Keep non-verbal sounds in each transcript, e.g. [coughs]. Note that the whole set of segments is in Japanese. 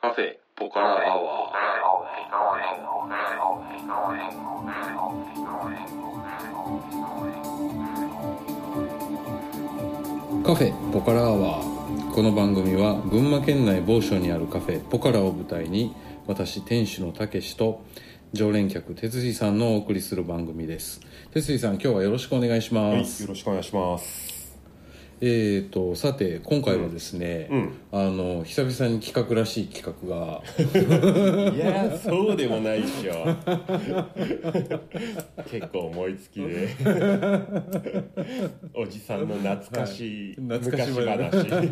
カフェポカラアワーカフェポカラアワーこの番組は群馬県内某所にあるカフェポカラを舞台に私店主のたけしと常連客哲司さんのお送りする番組です哲司さん今日はよろしくお願いしまはい、す、よろしくお願いします。えーとさて今回はですね、あの久々に企画らしい企画 [laughs] がいや、そうでもないっしょ。 [laughs] 結構思いつ [laughs] きで。おじさんの懐かしい、はい懐かしい昔話。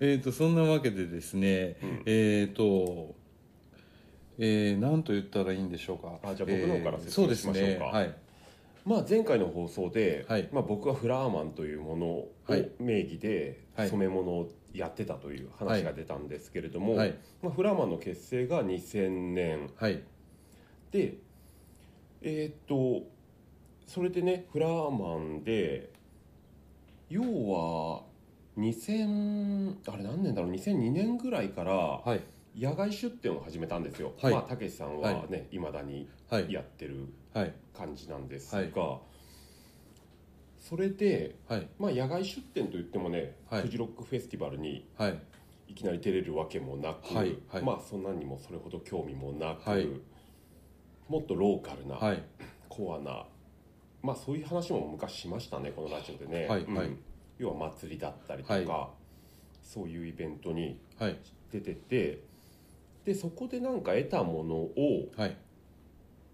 えーとそんなわけでですね、えーとえー、なんと言ったらいいんでしょうかあじゃあ僕の方から説そうで明すしましょうかねはい [laughs] まあ、前回の放送で、はいまあ、僕はフラーマンというものをはい名義ではい染め物をやってたという話が出たんですけれども、はいまあ、フラーマンの結成が2000年はいでえーっとそれでねフラーマンで要は2000あれ何年だろう2002年ぐらいからはい野外出店を始めたんですよ、はいまあたけしさんはね、いまだにはいやってるはい感じなんですはいが、それで、はいまあ、野外出店といってもね、はいフジロックフェスティバルにはいいきなり出れるわけもなく、はいはいまあそんなにもそれほど興味もなく、はいもっとローカルな、はいコアなまあそういう話も昔しましたねこのラジオでね、はいうんはい要は祭りだったりとか、そういうイベントにはい出ててでそこでなんか得たものをはい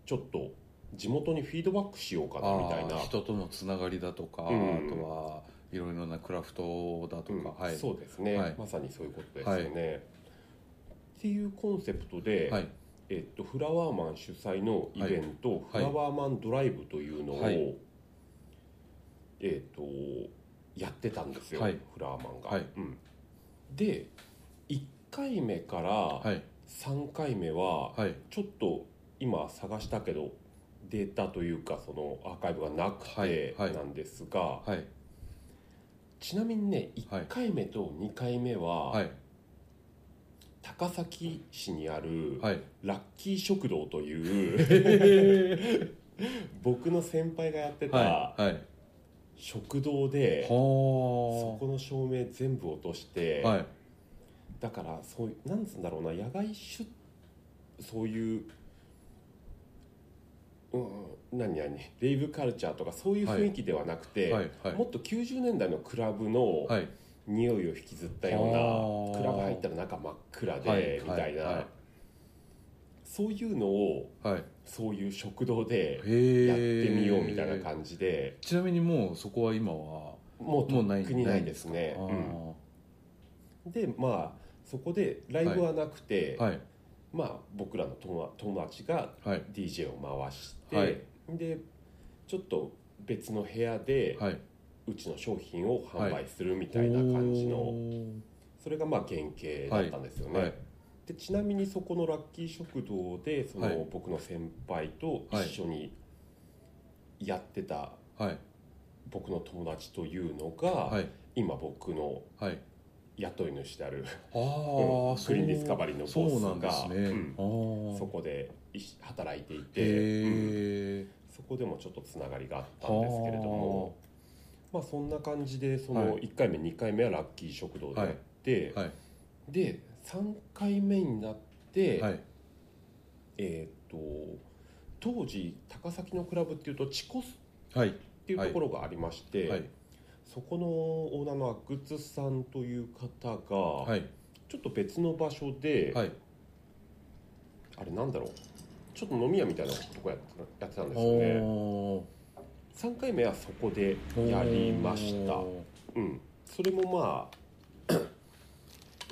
ちょっと地元にフィードバックしようかなみたいなあー人とのつながりだとか、うんあとはいろいろなクラフトだとうんか、はいそうですね、はいまさにそういうことですよね、っていうコンセプトで、はいえっと、フラワーマン主催のイベント、フラワーマンドライブというのを、はいえっとやってたんですよ、はいフラワーマンが。はいうんで1回目かはらい3回目ははいちょっと今探したけどデータというかそのアーカイブがなくてはいはいなんですが、はいちなみにねはい1回目と2回目は、はい高崎市にあるはいラッキー食堂という、 [laughs] 僕の先輩がやってたはいはい食堂で、そはこの照明全部落として、あはいだからそういうなんつうんだろうな野外出そういう、うん、何何レイブカルチャーとかそういう雰囲気ではなくて、はいはいもっと90年代のクラブのはい匂いを引きずったようあなークラブ入ったら中真っ暗で、はいみたいな、はいはいそういうのをはいそういう食堂でへやっえてみようみたいな感じで、ちなみにもうそこは今はもうもうないとっくにないですね。あーうんでまあそこでライブはなくて、はいまあ、僕らの友友達がはい DJ を回して、はいでちょっと別の部屋ではいうちの商品を販売するみたいな感じの、おそれがまあ原型だったんですよーね、はいでちなみにそこのラッキー食堂でその、はい僕の先輩と一緒にやってたはい僕の友達というのが、はい今僕のはい雇い主であるああうんグリーンディスカバリーのボスがそうなんですね、うんあーそこでいし働いていて、うんへえそこでもちょっとつながりがあったんですけれどもまあそんな感じでそのは1回目2回目はラッキー食堂でやって、はいはいで3回目になって、はいえーっと当時高崎のクラブっていうとチコスはいっていうところがありまして、はいそこのオーナーの阿久津さんという方が、はいちょっと別の場所で、はいあれなんだろうちょっと飲み屋みたいなとこやってたやってたんですよね。お3回目はそこでーやりました、うん、それもまあ [coughs]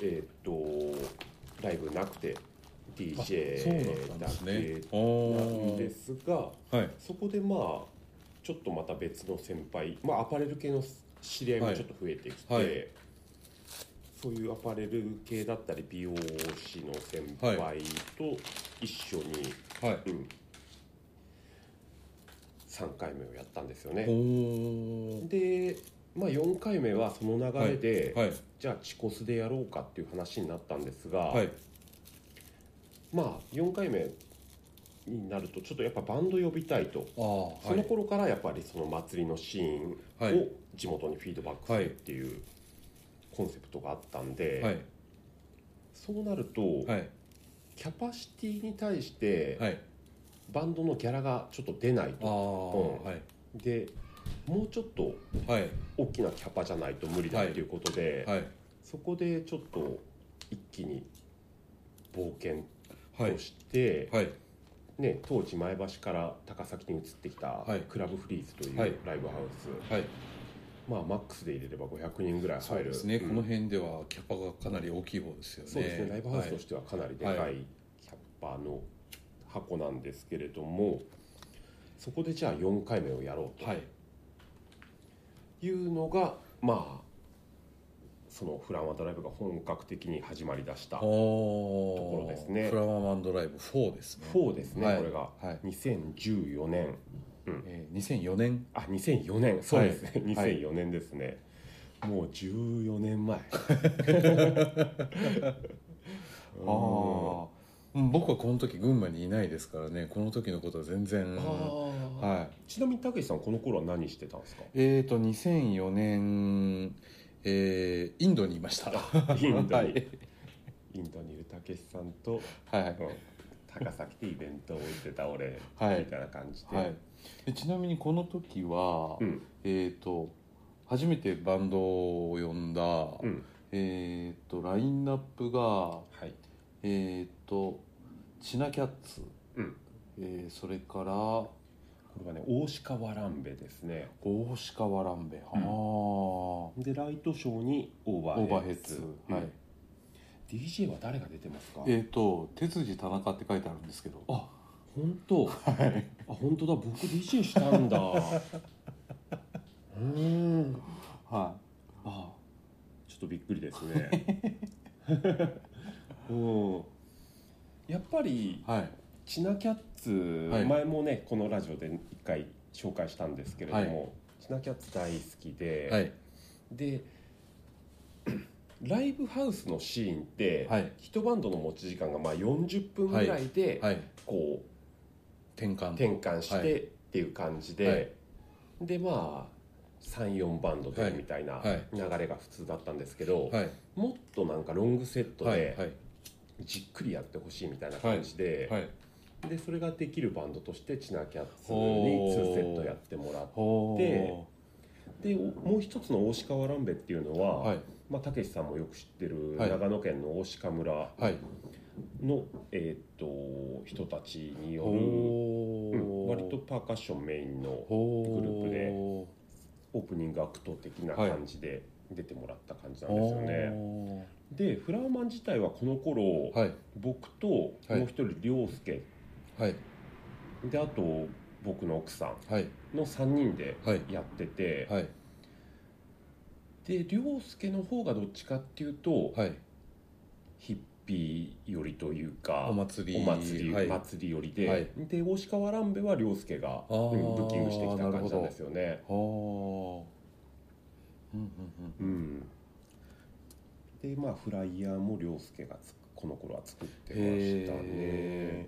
えーっとライブなくてあそう DJ なだんですねけなんおでーすがはいそこでまあちょっとまた別の先輩、まあ、アパレル系の知り合いもちょっと増えてきて、はいはいそういうアパレル系だったり美容師の先輩と一緒に、はいうん、3回目をやったんですよね。おーでまあ、4回目はその流れで、はいじゃあチコスでやろうかっていう話になったんですが、はいまあ4回目になるとちょっとやっぱバンド呼びたいと、ああそはのい頃からやっぱりその祭りのシーンはいを地元にフィードバックするっていうコンセプトがあったんで、はいそうなると、はいキャパシティに対してはいバンドのギャラがちょっと出ないあと、あうんはいでもうちょっとはい大きなキャパじゃないと無理だっていうことで、はいそこでちょっと一気に冒険はいとして、はいね、当時前橋から高崎に移ってきたはいクラブフリーズというはいライブハウス、はいまあマックスで入れれば500人ぐらいそう入るですね、んこの辺ではキャパがかなり大きい方ですよねそうですねライブハウスとしてはかなりでかはいキャッパーの箱なんですけれどもそこでじゃあ4回目をやろうはい、はいというのが、まあそのフラワードライブが本格的に始まりだしたおーところですねフラワーマンドライブ4ですね4ですね、はいこれがはい、 2014年えー、2004年あ2004年そうですね、はい2004年ですね、もう14年 [laughs] 前ああうん僕はこの時群馬にいないですからねこの時のことは全然あーはいちなみにたけしさんこの頃は何してたんですかえーと2004年、えーインドにいましたインドはに、い、インドにいるたけしさんと、はいうん高崎でイベントを置いてた俺、はいみたいな感じで、はい、でちなみにこの時は、うんえーと初めてバンドを呼んだ、うんえーとラインナップがはいえーとチナキャッツ、うんえーそれからこれはね大鹿わらんべですね大鹿わらんべ、うんあーオでライトショーにオーバーバーーヘヘッッズズ、はいうん DJ は誰が出てますかえーと「鉄次田中」って書いてあるんですけどあ本当。はい。あ本当だ。僕 DJ したん [laughs] だ。うーん。はあちょっとびっくりですね。 [laughs] うん。やっぱりいはいチナキャッツ、はい前もねこのラジオで一回紹介したんですけれども、チナキャッツ大好きで、はいでライブハウスのシーンって、はい一バンドの持ち時間がまあ40分ぐらいで、はいこう転換転換しはいてっていう感じで、はいでまあ34バンドでみたいなはいはい流れが普通だったんですけど、はいもっとなんかロングセットではいじっくりやってほしいみたいな感じで,、はいはいでそれができるバンドとしてチナキャッツに2セットやってもらっほーてでおもう一つの大鹿わらんべっていうのは、はいまあ、たけしさんもよく知ってるはい長野県の大鹿村はいの、えー、と人たちによる、ほうーん割とパーカッションメインのほグループでーオープニングアクト的な感じで出てもらった感じなんですよね。ほでフラワーマン自体はこの頃、ーはい僕ともう一人涼介はいであと僕の奥さはいんの3人ではいやってて、はいで涼介の方がどっちかっていうと、はいヒッピー寄りというかお祭りお祭り、はい祭り寄りで、はいで大鹿わらんべは涼介があーうんブッキングしてきた感じなんですよね。ほーうんうんううんん、でまあフライヤーも涼介がつくこの頃は作ってましたねへ、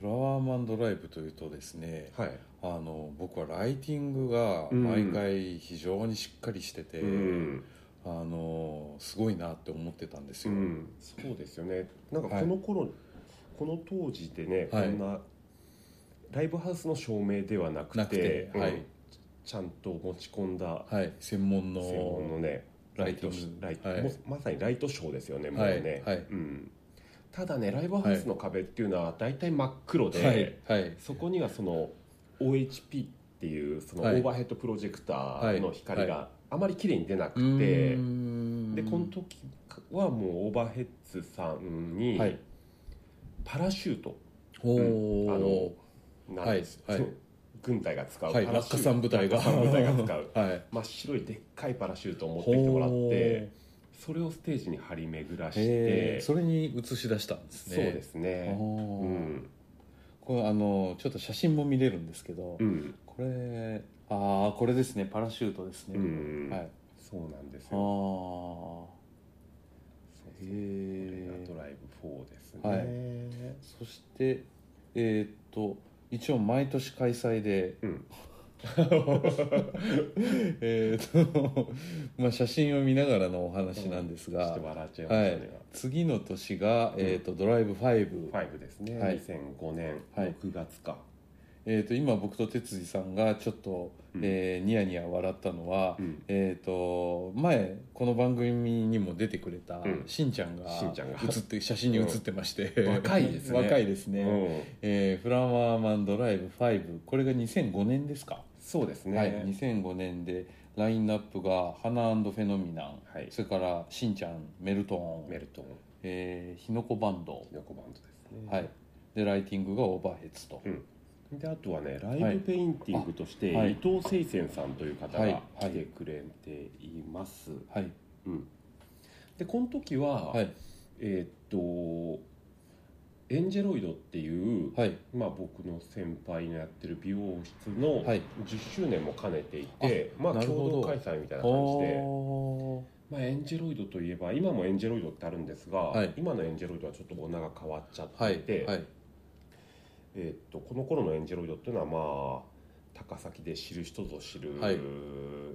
フラワーマンドライブというとですねうん、はい、あの僕はライティングが毎回非常にしっかりしてて、うんあのすごいなって思ってたんですうよ、ん、そうですよねなんかはいこの頃、この当時でね、はいこんなライブハウスの照明ではなくてなくてうんはいちゃんと持ち込んだはい専門の専門のねライティングライトはいもうまさにライトショーですよねもうはいね、はいうん、ただねライブハウスの壁っていうのは大体真っ黒で、はいはいそこにはその OHP っていうそのオはいーバーヘッドプロジェクターの光はがあまり綺麗に出なくうて、ーんでこの時はもうオーバーヘッズさんにはいパラシュートおあのお、なんです、はいはいそう軍隊が使うはいパラ落シ下ューさん部隊が落下傘部隊が使う [laughs] はい真っ白いでっかいパラシュートを持ってきてもらってそれをステージに張り巡らしほーへーてそれに映し出したんですねそうですおねうーん、これあのちょっと写真も見れるんですけど、うん、これああこれですねパラシュートですうね、ん、はいそうなんですああよそうそうへこれがえドライブ4ですね、はいそしてえーっと一応毎年開催で、 [laughs] うんえーっと [laughs] まあ写真を見ながらのお話なんですちょが、っと笑っちゃいましたね、次の年が、えーっとドライブ5、 5ですね、はい2005年はい6月か、えーっと今僕と哲司さんがちょっと、うんえーニヤニヤ笑ったのは、うんえー、と前この番組にも出てくれたうんしんちゃんがしんちゃんが写って写真に写ってまして、うん若いですね若いですね、うんえーフラワーマンドライブ5これが2005年ですか、そうですね、はい、2005年でラインナップが「花フェノミナン」はいそれから「しんちゃんメルトーン」メルトンえー、ひのこバンドキ、ノコバンドですね、はい、でライティングがオーバーヘッズと、であとはねラはイいブペインティングとして、あはい伊藤聖泉さんという方はいはがい来てくれています、はいうん、でこの時は、はいえーっとエンジェロイドっていう、はいまあ、僕の先輩のやってる美容室のはい10周年も兼ねていて、まなあるほど共同開催みたいな感じで、おーまあ、エンジェロイドといえば今もエンジェロイドってあるんですが、はい今のエンジェロイドはちょっと女が変わっちゃってはいいて、はいえーっとこの頃のエンジェロイドっていうのはまあ高崎で知る人ぞ知る、はい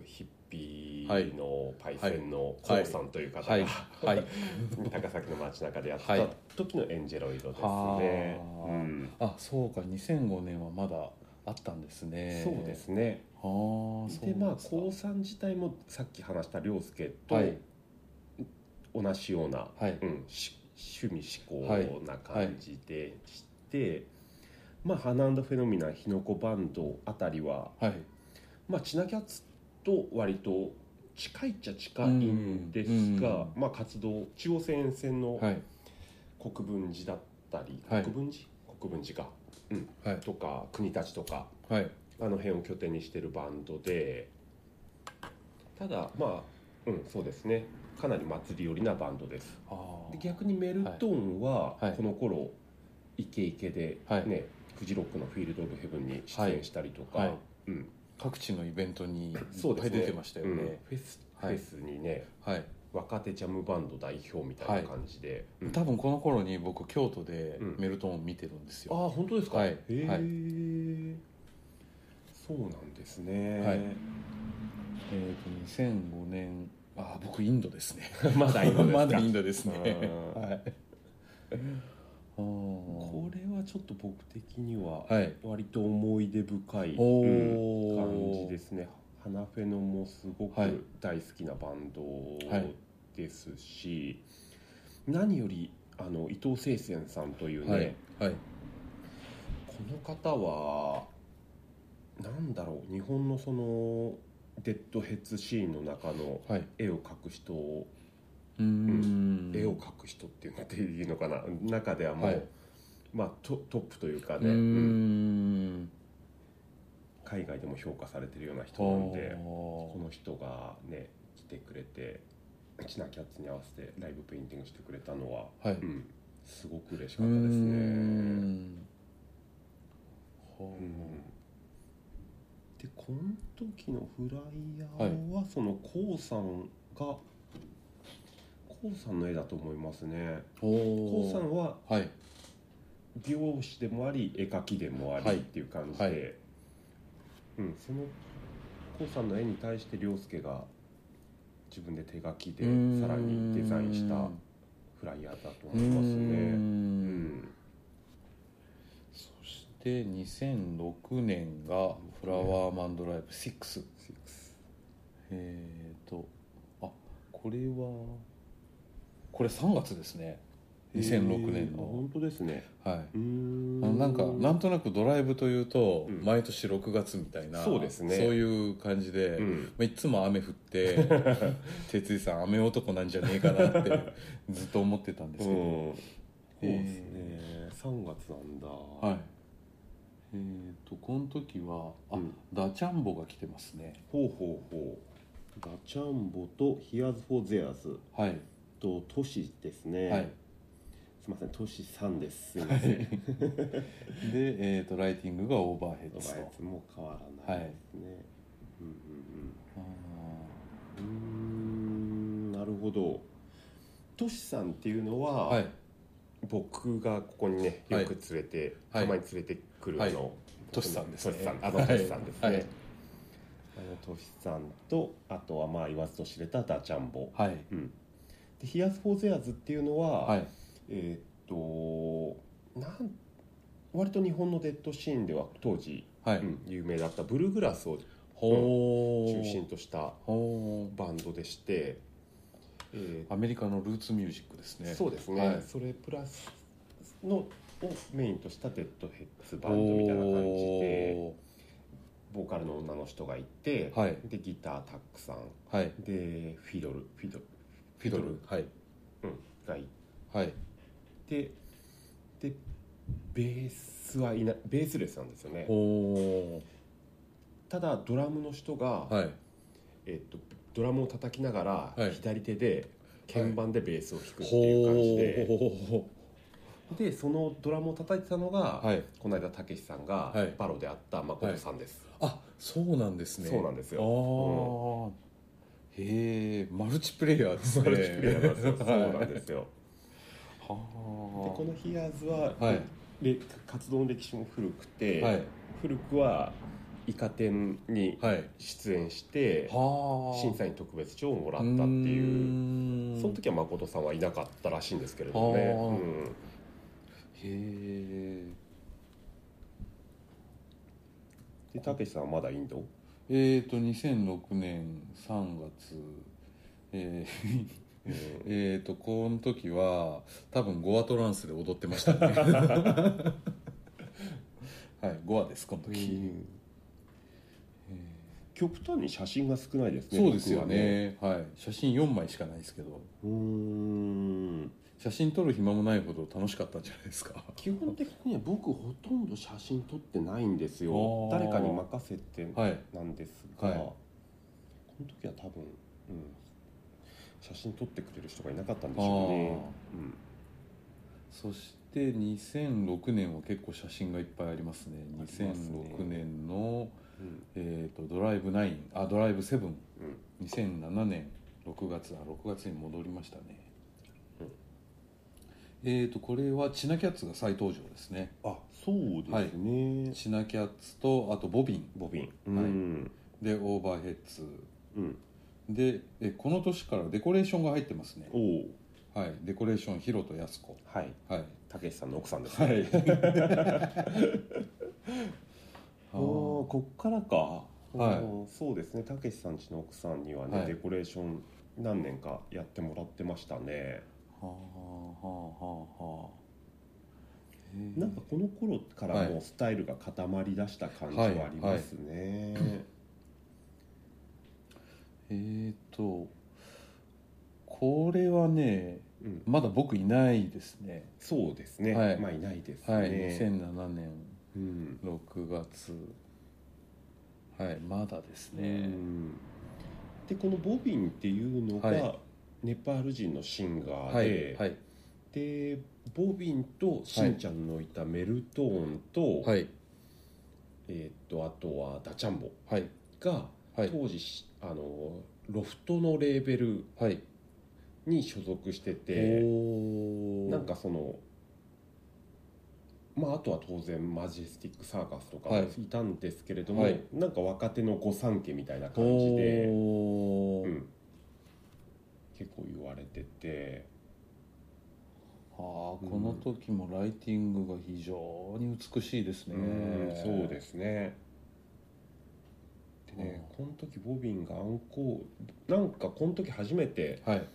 ヒッピーのパイセンのコウさんという方が、はいはい [laughs] 高崎の街中でやってはたい時のエンジェロイドですはね。あうんあそうか2005年はまだあったんですねそうですね、ああそうでまあですか高3自体もさっき話した涼介とはい同じような、はいうん、し趣味思考な感じでして、まあ花フェノミナンヒノコバンドあたりははいまあ、チナキャッツと割と近いっちゃ近いんですが、まあ、活動中央線沿線のはい国分寺だったり、はい国分寺国分寺かはいとか国立とかはいあの辺を拠点にしてるバンドでただまあうんそうですねかなり祭り寄りなバンドですあで逆にメルトンははいはいこの頃イケイケで、ねはいフジロックの「フィールド・オブ・ヘブン」に出演したりとか、はいはいうん、各地のイベントにいっそうでぱいすね出てましたようんねフェスフはいェスにね、はい若手ジャムバンド代表みたいな感じで、うん多分この頃に僕京都でうんメルトーンを見てるんですよ、ああ本当ですか、はいへえ、はいそうなんですね、はいえっ、と2005年あー僕インドですね [laughs] まだ今ですか [laughs] まだインドです [laughs] ねうんはいあーこれはちょっと僕的にははい割と思い出深い、おうんー感じですね花フェノもすごくはい大好きなバンドはいですし、何よりあの伊藤聖泉さんというね、はいはいこの方はなんだろう日本のそのデッドヘッズシーンの中のはいう絵を描く人、ーん絵を描く人っていうのっていいのかな中ではもう、はいまあ、トトップというかうね、ーうんん海外でも評価されてるような人なんでこはの人がね来てくれてチナキャッツに合わせてライブペインティングしてくれたのは、いうん、すごく嬉しうかーったですね。んほうでこの時のフライヤーは、そのコウさんがコウさんの絵だと思いますねコおウさんはーはい美容師でもあり絵描きでもありはいっていう感じで、はいうん、そのコウさんの絵に対して涼介が自分で手書きでうーんさらにデザインしたフライヤーだと思いまうすーねうんんそして2006年が「フラワーマンドライブ6」えっ、ー、とあこれはこれ3月ですね2006年えーあの、本当ですねはうーいんあのなんかなんとなくドライブというとうん毎年6月みたいなそうですねそういう感じで、うんまあ、いつも雨降っ [laughs] て「哲二さん雨男なんじゃねえかな」ってずっと思ってたんですけど、うんそうですえね。三月なんだ。ははいえっ、とこの時はあ、うんダチャンボが来てますねほうほうほう。ガチャンボとヒアズフォーゼアズはいとトシですね。はい。すみません、トシさんです。すみません。で、えー、とライティングがオーバーヘッおズと前いつも変わらないですね。うんうんあうんうーんなるほどトシさんっていうのーは、はい僕がここにねよはいく連れて、はいたまに連れてくるあはいの、トシさんですねトシさんあはのいトシさんですね、はいあのトシさんとあとはまあ言わずと知れたダチャンボはいうんでヒアス・フォー・ゼアーズっていうのは、はいえーっとなん割と日本のデッドシーンでは当時、はい、うん有名だったブルーグラスをほー中心としたほバンドでして、えーーアメリカのルーツミュージックですねそうですね、はいそれプラスのをメインとしたデッドヘッズバンドみたいな感じでおボーカルの女の人がいて、ーはいでギターたくさんはいでフィドルフィドルフィドルはいうん、がいはいてでベースはいなベースレスなんですよねおーただドラムの人が、はいえっとドラムを叩きながはらい左手で鍵盤でベースを弾くっていう感じで、ほでそのドラムを叩いてたのが、ーはいこの間たけしさんが、はいバロであった誠さんです、あそうなんですねそうなんですあよーへえマルチプレイヤーですねマルチプレイヤーなんですよそ [laughs] うはいなんですよはでこのヒアーズは、はいれ活動の歴史も古くて、あはい古くはイカ天にはい出演して、はあ審査員特別賞をもらったっていうーんその時は誠さんはいなかったらしいんですけれどあね、ーうんへえでたけしさんはまだインドえーと2006年3月えーうんえーとこの時は多分ゴアトランスで踊ってま [laughs] したねはいゴアですこの時、え極端に写真が少ないですーねそうですよ僕はねはい写真4枚しかないですけどうーん写真撮る暇もないほど楽しかったんじゃないです [laughs] か基本的には僕ほとんど写真撮ってないんですあよー誰かに任せてはいなんですが、はいこの時は多分、うん、写真撮ってくれる人がいなかったんであしょうーね、うん、そして2006年は結構写真がいっぱいありますねありますね2006年のうんえー、とドライブ9あドライブ7、うん2007年6月あ6月に戻りましたね、うんえっ、とこれはチナキャッツが再登場ですねあそうですね、チナキャッツとあとボビンボビン、はいうんでオーバーヘッズうん、でえこの年からデコレーションが入ってますねおおはいデコレーションヒロとヤスコはいはいたけしさんの奥さんですはね、いあーこっからか、はいうんそうですねたけしさんちの奥さんにはね、はいデコレーション何年かやってもらってましたねはあはあはあはあへーなんかこの頃からもうスタイルが固まりだした感じはありますね、えーとこれはねうん、まだ僕いないですねそうですね、はいまあいないですね、はい、2007年うん6月はいまだですうねんでこのボビンっていうのが、はいネパール人のシンガーはでい、はいでボビンとしんちゃんのいたメルトーンと,、はいえー、とあとはダチャンボはいがはい当時しあのロフトのレーベルはいに所属してておーなんかそのまああとは当然マジェスティックサーカスとかもはいいたんですけれども、はいなんか若手の御三家みたいな感じで、おうーん、結構言われててあーこの時もライティングが非常に美しいですねうんそうですねでねこの時ボビンがアンコールなんかこの時初めてはい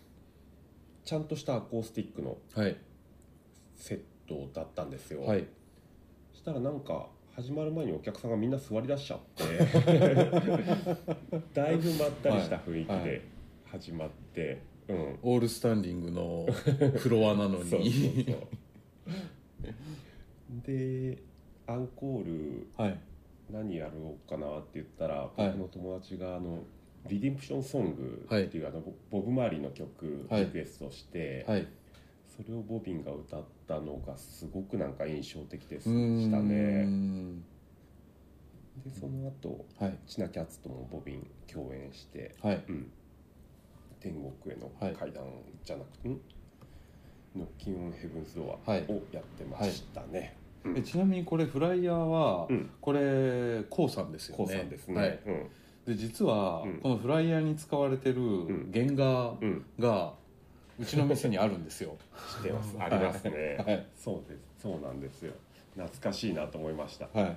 ちゃんとしたアコースティックのはいセットだったんですよ、はいしたらなんか始まる前にお客さんがみんな座り出しちゃって [laughs] だいぶまったりした雰囲気はいはで始まって、うんオールスタンディングのフロアなの [laughs] そうそうにそうでアンコールはい何やろうかなって言ったらい僕の友達があの「リディンプションソング」はいっていうあのボボブ・マーリーの曲はいリクエストして、はいそれをボビンが歌ったのがすごくなんか印象的ですうーんしたね。でその後はいチナキャッツともボビン共演して、はいうん、天国へのはい階段じゃなくて、んの金運ヘブンズドアはいをやってましたね。うんえちなみにこれフライヤーは、うんこれこうさんですよこねうさんですね。はい、うんで実は、うんこのフライヤーに使われてるん原画うん、が、うちの店にあるんですよ [laughs] 知ってます。ありますね。はいそうです。そうなんですよ。懐かしいなと思いました。はい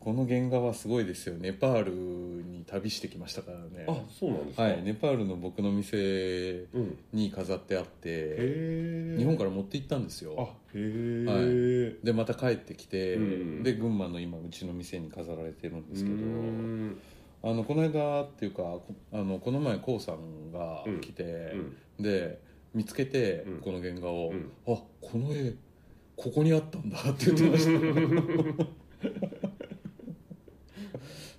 この原画はすごいですよネパールに旅してきましたからねあ、そうなんですか。はい、ネパールの僕の店うん。に飾ってあってへえ。日本から持って行ったんですあよ、へえ。はでまた帰ってきて、うんで群馬の今うちの店に飾られてるんでですけどうん。あのこの間っていうかこあのこの前 k o さんが来て、うんで見つけて、うんこの原画を、 [laughs] うんあこの絵ここにあったんだって言ってました [laughs]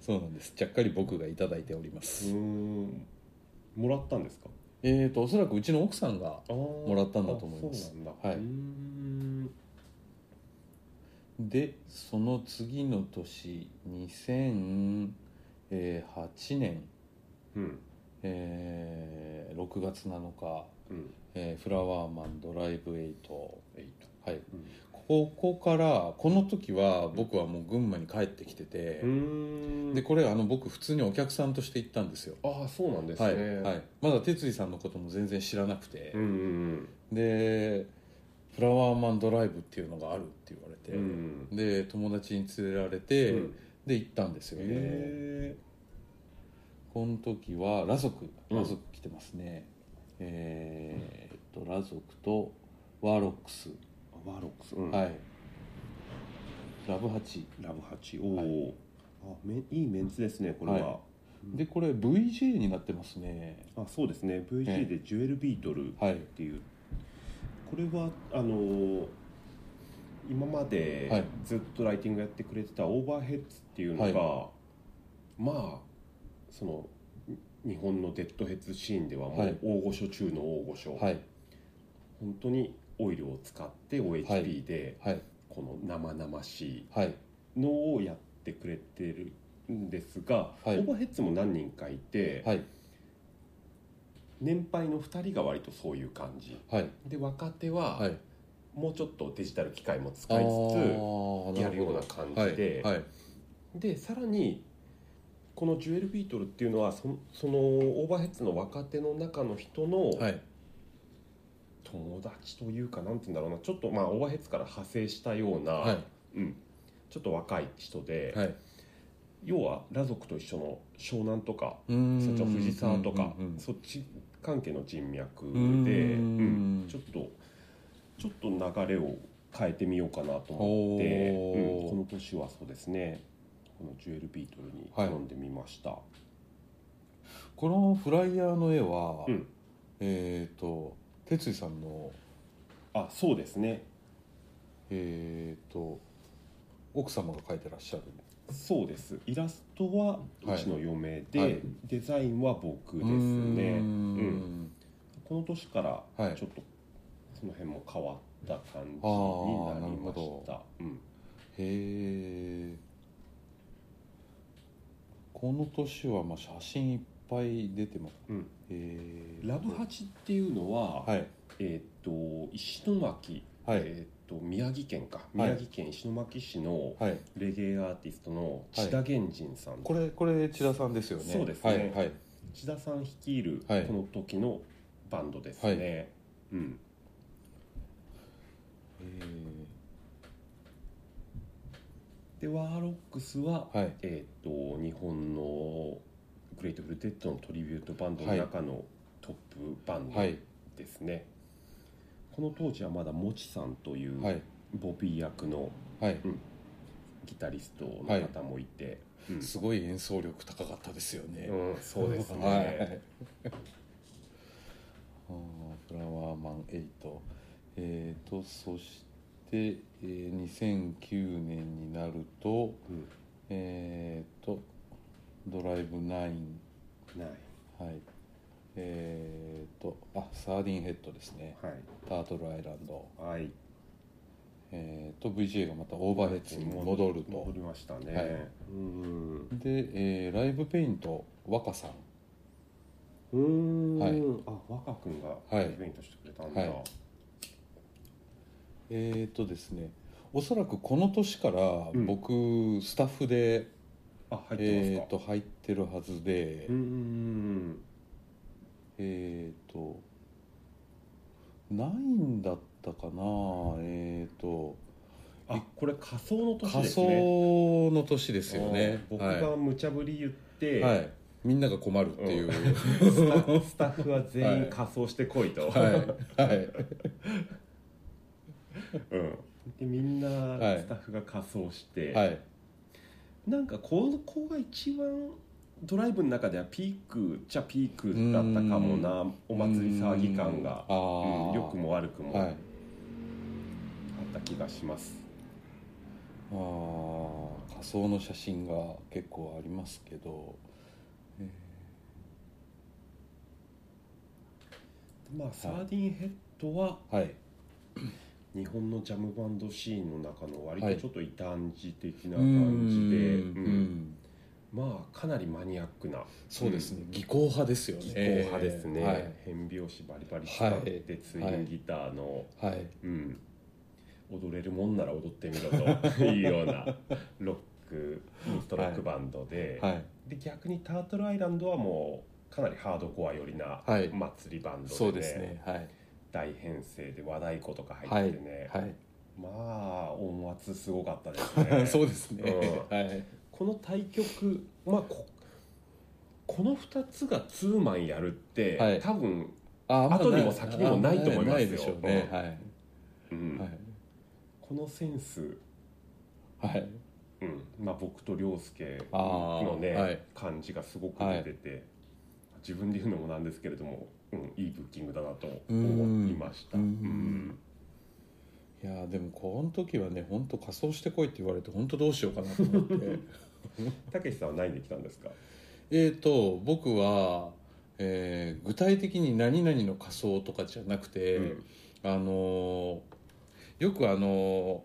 そうなんですちゃっかり僕がいただいておりまうす、ーん。もらったんですか。えっ、とおそらくうちの奥さんがもらったんだと思いますそうなんだ。はいうーん。でその次の年2008年、うん。えー6月7日、うん。えーフラワーマンドライブエイトえいと。はいここからこの時は僕はもう群馬に帰ってきてて、うーん。でこれあの僕普通にお客さんとして行ったんですよああ、そうなんですはい、ね。はい。、まだ哲司さんのことも全然知らなくてう、んうんで「フラワーマンドライブ」っていうのがあるって言われて、うん。うん。で友達に連れられて、うんで行ったんですよね、へこの時は羅族うん羅族来てますね、えーっと羅族とワーロックス、ーワーロックス。うんはいラブハチラブハチ。おお、あ、め、いいメンツですね。これは。はでこれ VJ になってますねあ、そうですね。ええ VG でジュエルビートルっはいていう。これは、あのー今まはでいずっとライティングやってくれてたオーバーヘッズっていうのが、まあその日本のデッドヘッズシーンではもはいう大御所中の大御所、はい本当にオイルを使って OHP ではいこの生々しいはいのをやってくれてるんですが、はいオーバーヘッズも何人かいて、はい年配の2人が割とそういう感じはいで若手ははいもうちょっとデジタル機械も使あいーつつやなるるほようなど感はじいで、はいでさらにこのジュエルビートルっていうのはそのそのオーバーヘッズの若手の中の人のはい友達というかなんて言うんだろうなちょっとまあオーバーヘッズから派生したような、はいうん、ちょっと若い人で、はい要は裸族と一緒の湘南とかうーんそっちの藤沢とか、うんうんうんそっち関係の人脈で、うーんうんちょっとちょっと流れを変えてみようかなと思って、おーうんこの年はそうですねこのジュエルビートルにはい頼んでみました、このフライヤーの絵は、うんえっ、と哲司さんのあそうですねえっ、と奥様が描いてらっしゃるそうですイラストははいうちの嫁で、はいデザインは僕ですうーね、んこの年からはいちょっとその辺も変わった感じにあーなりましなた、うん、へえこの年はまあ写真いっぱい出てます、うんえーラブハチっていうのは、はいえー、と石巻、はい、えー、と宮城県か宮城県石巻市のはい、レゲエアーティストの千田源人さん、これこれ千田さんですよねそうですねはいはい千田さん率いるこはいの時のバンドですね、うん、えでワーロックスは、ーはいえー、と日本のグレートフルデッドのトリビュートバンドの中のトップバンドはいですね、この当時はまだもちさんというはいボビー役のはいギタリストの方もいて、うんすごい演奏力高かったですよね、うん、そうですね、はいあーフラワーマン8えー、とそして、えー2009年になるとうんえー、とドライブ9ないはいえー、とあサーディンヘッドですねはいタートルアイランドはいえー、と VGA がまたオーバーヘッズに戻ると戻りましたね、はいうんで、えーライブペイント若さんうーんはいあ若君がはいリベイントしてくれたんだ、はいえっ、とですねおそらくこの年からん僕、スタッフであ入ってますか、えー、と入ってるはずで、うんうんうんえっ、とないんだったかなえっ、とあこれ仮想の年仮ですね想の年ですよねあー僕はいが無茶ぶり言って、はい、みんなが困るっていう、スタスタッフは全は員い仮装してこいと、はいはいうん、でみんなはいスタッフが仮装して、はいなんかこの子が一番ドライブの中ではピークっちゃピークだったかもな [laughs] お祭り騒ぎ感があ、うんあ良くも悪くもはあいった気がします、あー仮想の写真が結構ありますけど、えまあサーディンヘッドはーはい日本のジャムバンドシーンの中の割はといちょっと異端児的な感じで、うんうんまあかなりマニアックなそうですね、技巧派ですよね技巧派ですね、え変拍子バリバリ使って、はいツインギターの、ーはい、はいうん、踊れるもんなら踊ってみろというようなロックインストロックバンドで,、はいで逆にタートルアイランドはもうかなりハードコア寄りなはい祭りバンドで,、そうですねはい大編成で和太鼓とか入ってね、はまあ音圧すごかったです [laughs] い [laughs] ねそうですね、うはいこの対局まあここの2つがツーマンやるって、はい多分、あ後にも先にもないと思いあなますよいでしょうね、ううんん、はいこのセンスはい、うんまあ、僕と涼介あーのね、はい感じがすごく出てて、自分で言うのもなんですけれども、うん、いいブッキングだなと思いました。ううんんいやーでもこの時はね本当仮装してこいって言われて本当どうしようかなと思って [laughs] たけしさんは何で来たんですかえーと僕は、えー具体的に何々の仮装とかじゃなくて、うんあのーよくあのー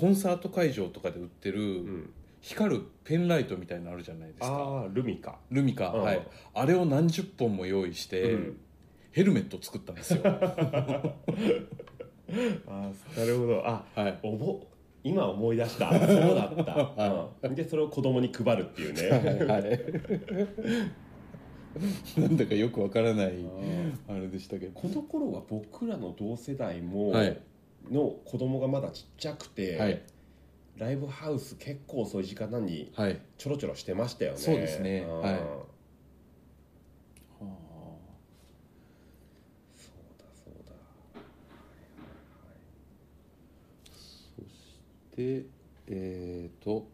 コンサート会場とかで売ってうるん、光るペンライトみたいなのあるじゃないですあかールミカ、ルミカ、うんはい、あれを何十本も用意して、うんヘルメット作ったん [laughs] ですよあーなるほどあはいおぼ今思い出 [laughs] したそうだった、はうん、でそれを子供に配るっていうはねい [laughs] はいなんだかよくわからないあーあれでしたけどこの頃は僕らの同世代も、はいの子供がまだちっちゃくて、はいライブハウス結構遅い時間なのにはいちょろちょろしてましたよねそうですねんはいそうだそうだそしてえっ、と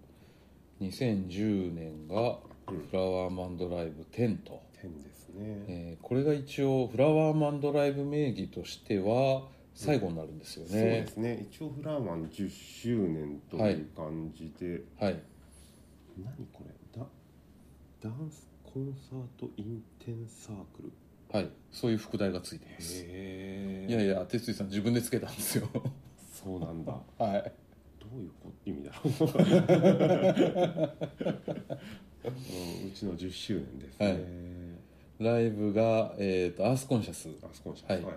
2010年がうん「フラワーマンドライブ10と」天ですねえーこれが一応フラワーマンドライブ名義としては最後になるんですよそうでね、すね一応フラワーン10周年とはいいう感じで、はい何これダダンスコンサートインテンサークルはいそういう副題がついていますへいやいや哲井さん自分でつけたんです [laughs] よそうなんだはいどういうこ意味だ [laughs] ろう、うん、うちの10周年ですね、はいライブが、えー、とアースコンシャスあそこにしまはいすはい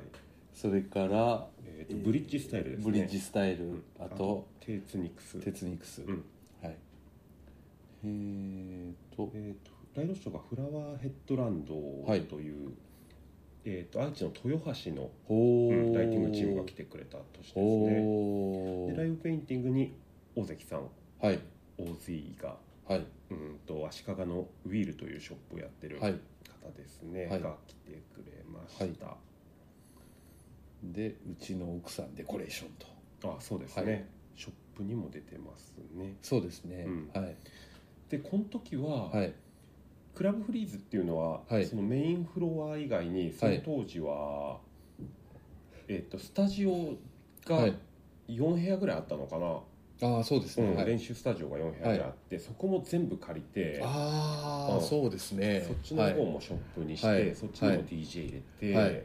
それから、えーとブリッジスタイルですねブリッジスタイル、うんあとテーツニクステツニクス、うんはいえー、とえー、とライドショーがフラワーヘッドランドはいという、えー、と愛知の豊橋の、おうーんライティングチームが来てくれた年ですねおーでライブペインティングに大関さんはい大関がはいうんと足利のウィールというショップをやってるはい方ですね、はいが来てくれました、でうちの奥さんデコレーションとあそうですね、はいショップにも出てますねそうですね、うんはいでこの時は、はいクラブフリーズっていうのは、はいそのメインフロア以外にその当時は、えっとスタジオはがい4部屋ぐらいあったのかな、ああそうですうね、んはい練習スタジオが4部屋ぐらいあって、そこも全部借りてああ、うんそうですねそっちの方もショップにして、はいそっちにも DJ 入れて、はい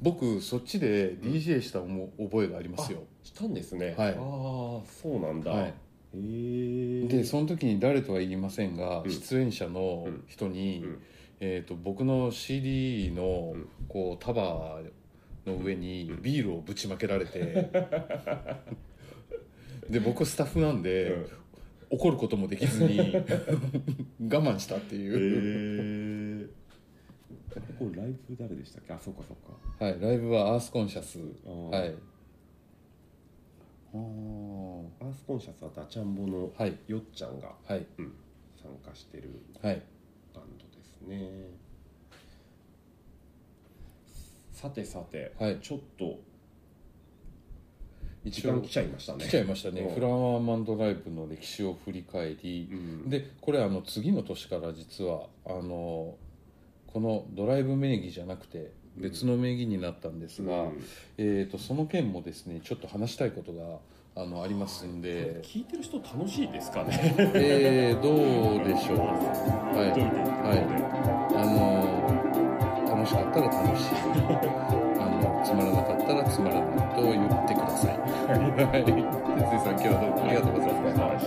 僕そっちで DJ した思う覚えがありますよ、したんですね、はいああそうなんだ、はへい、えでその時に誰とは言いませんが、うん出演者の人に、うんえー、と僕の CD のうんこう束の上にうんビールをぶちまけられ [laughs] てで僕スタッフなんで、うん怒ることもできず [laughs] に我慢したってへいう、えここライブ誰でしたっけあそうかそうかはい、ライブはアースコンシャスあーはいアースコンシャスはダチャンボのはいよっちゃんがはい参加してるはいバンドですねさてさて、はいちょっと時一間応来ちゃいましたね来ちゃいましたね、うんフラワーマンドライブの歴史を振り返り、うんでこれあの次の年から実はあのこのドライブ名義じゃなくてうん別の名義になったんですが、うんえー、とその件もですねちょっと話したいことがあのありますんで、聞いてる人楽しいですかねえー、どうでしょう [laughs] どういはていあの楽しかったら楽 [laughs] しいあのつまらなかったらつまらないと言ってください。はい、哲井さん今日はどうもありがとうございましたはい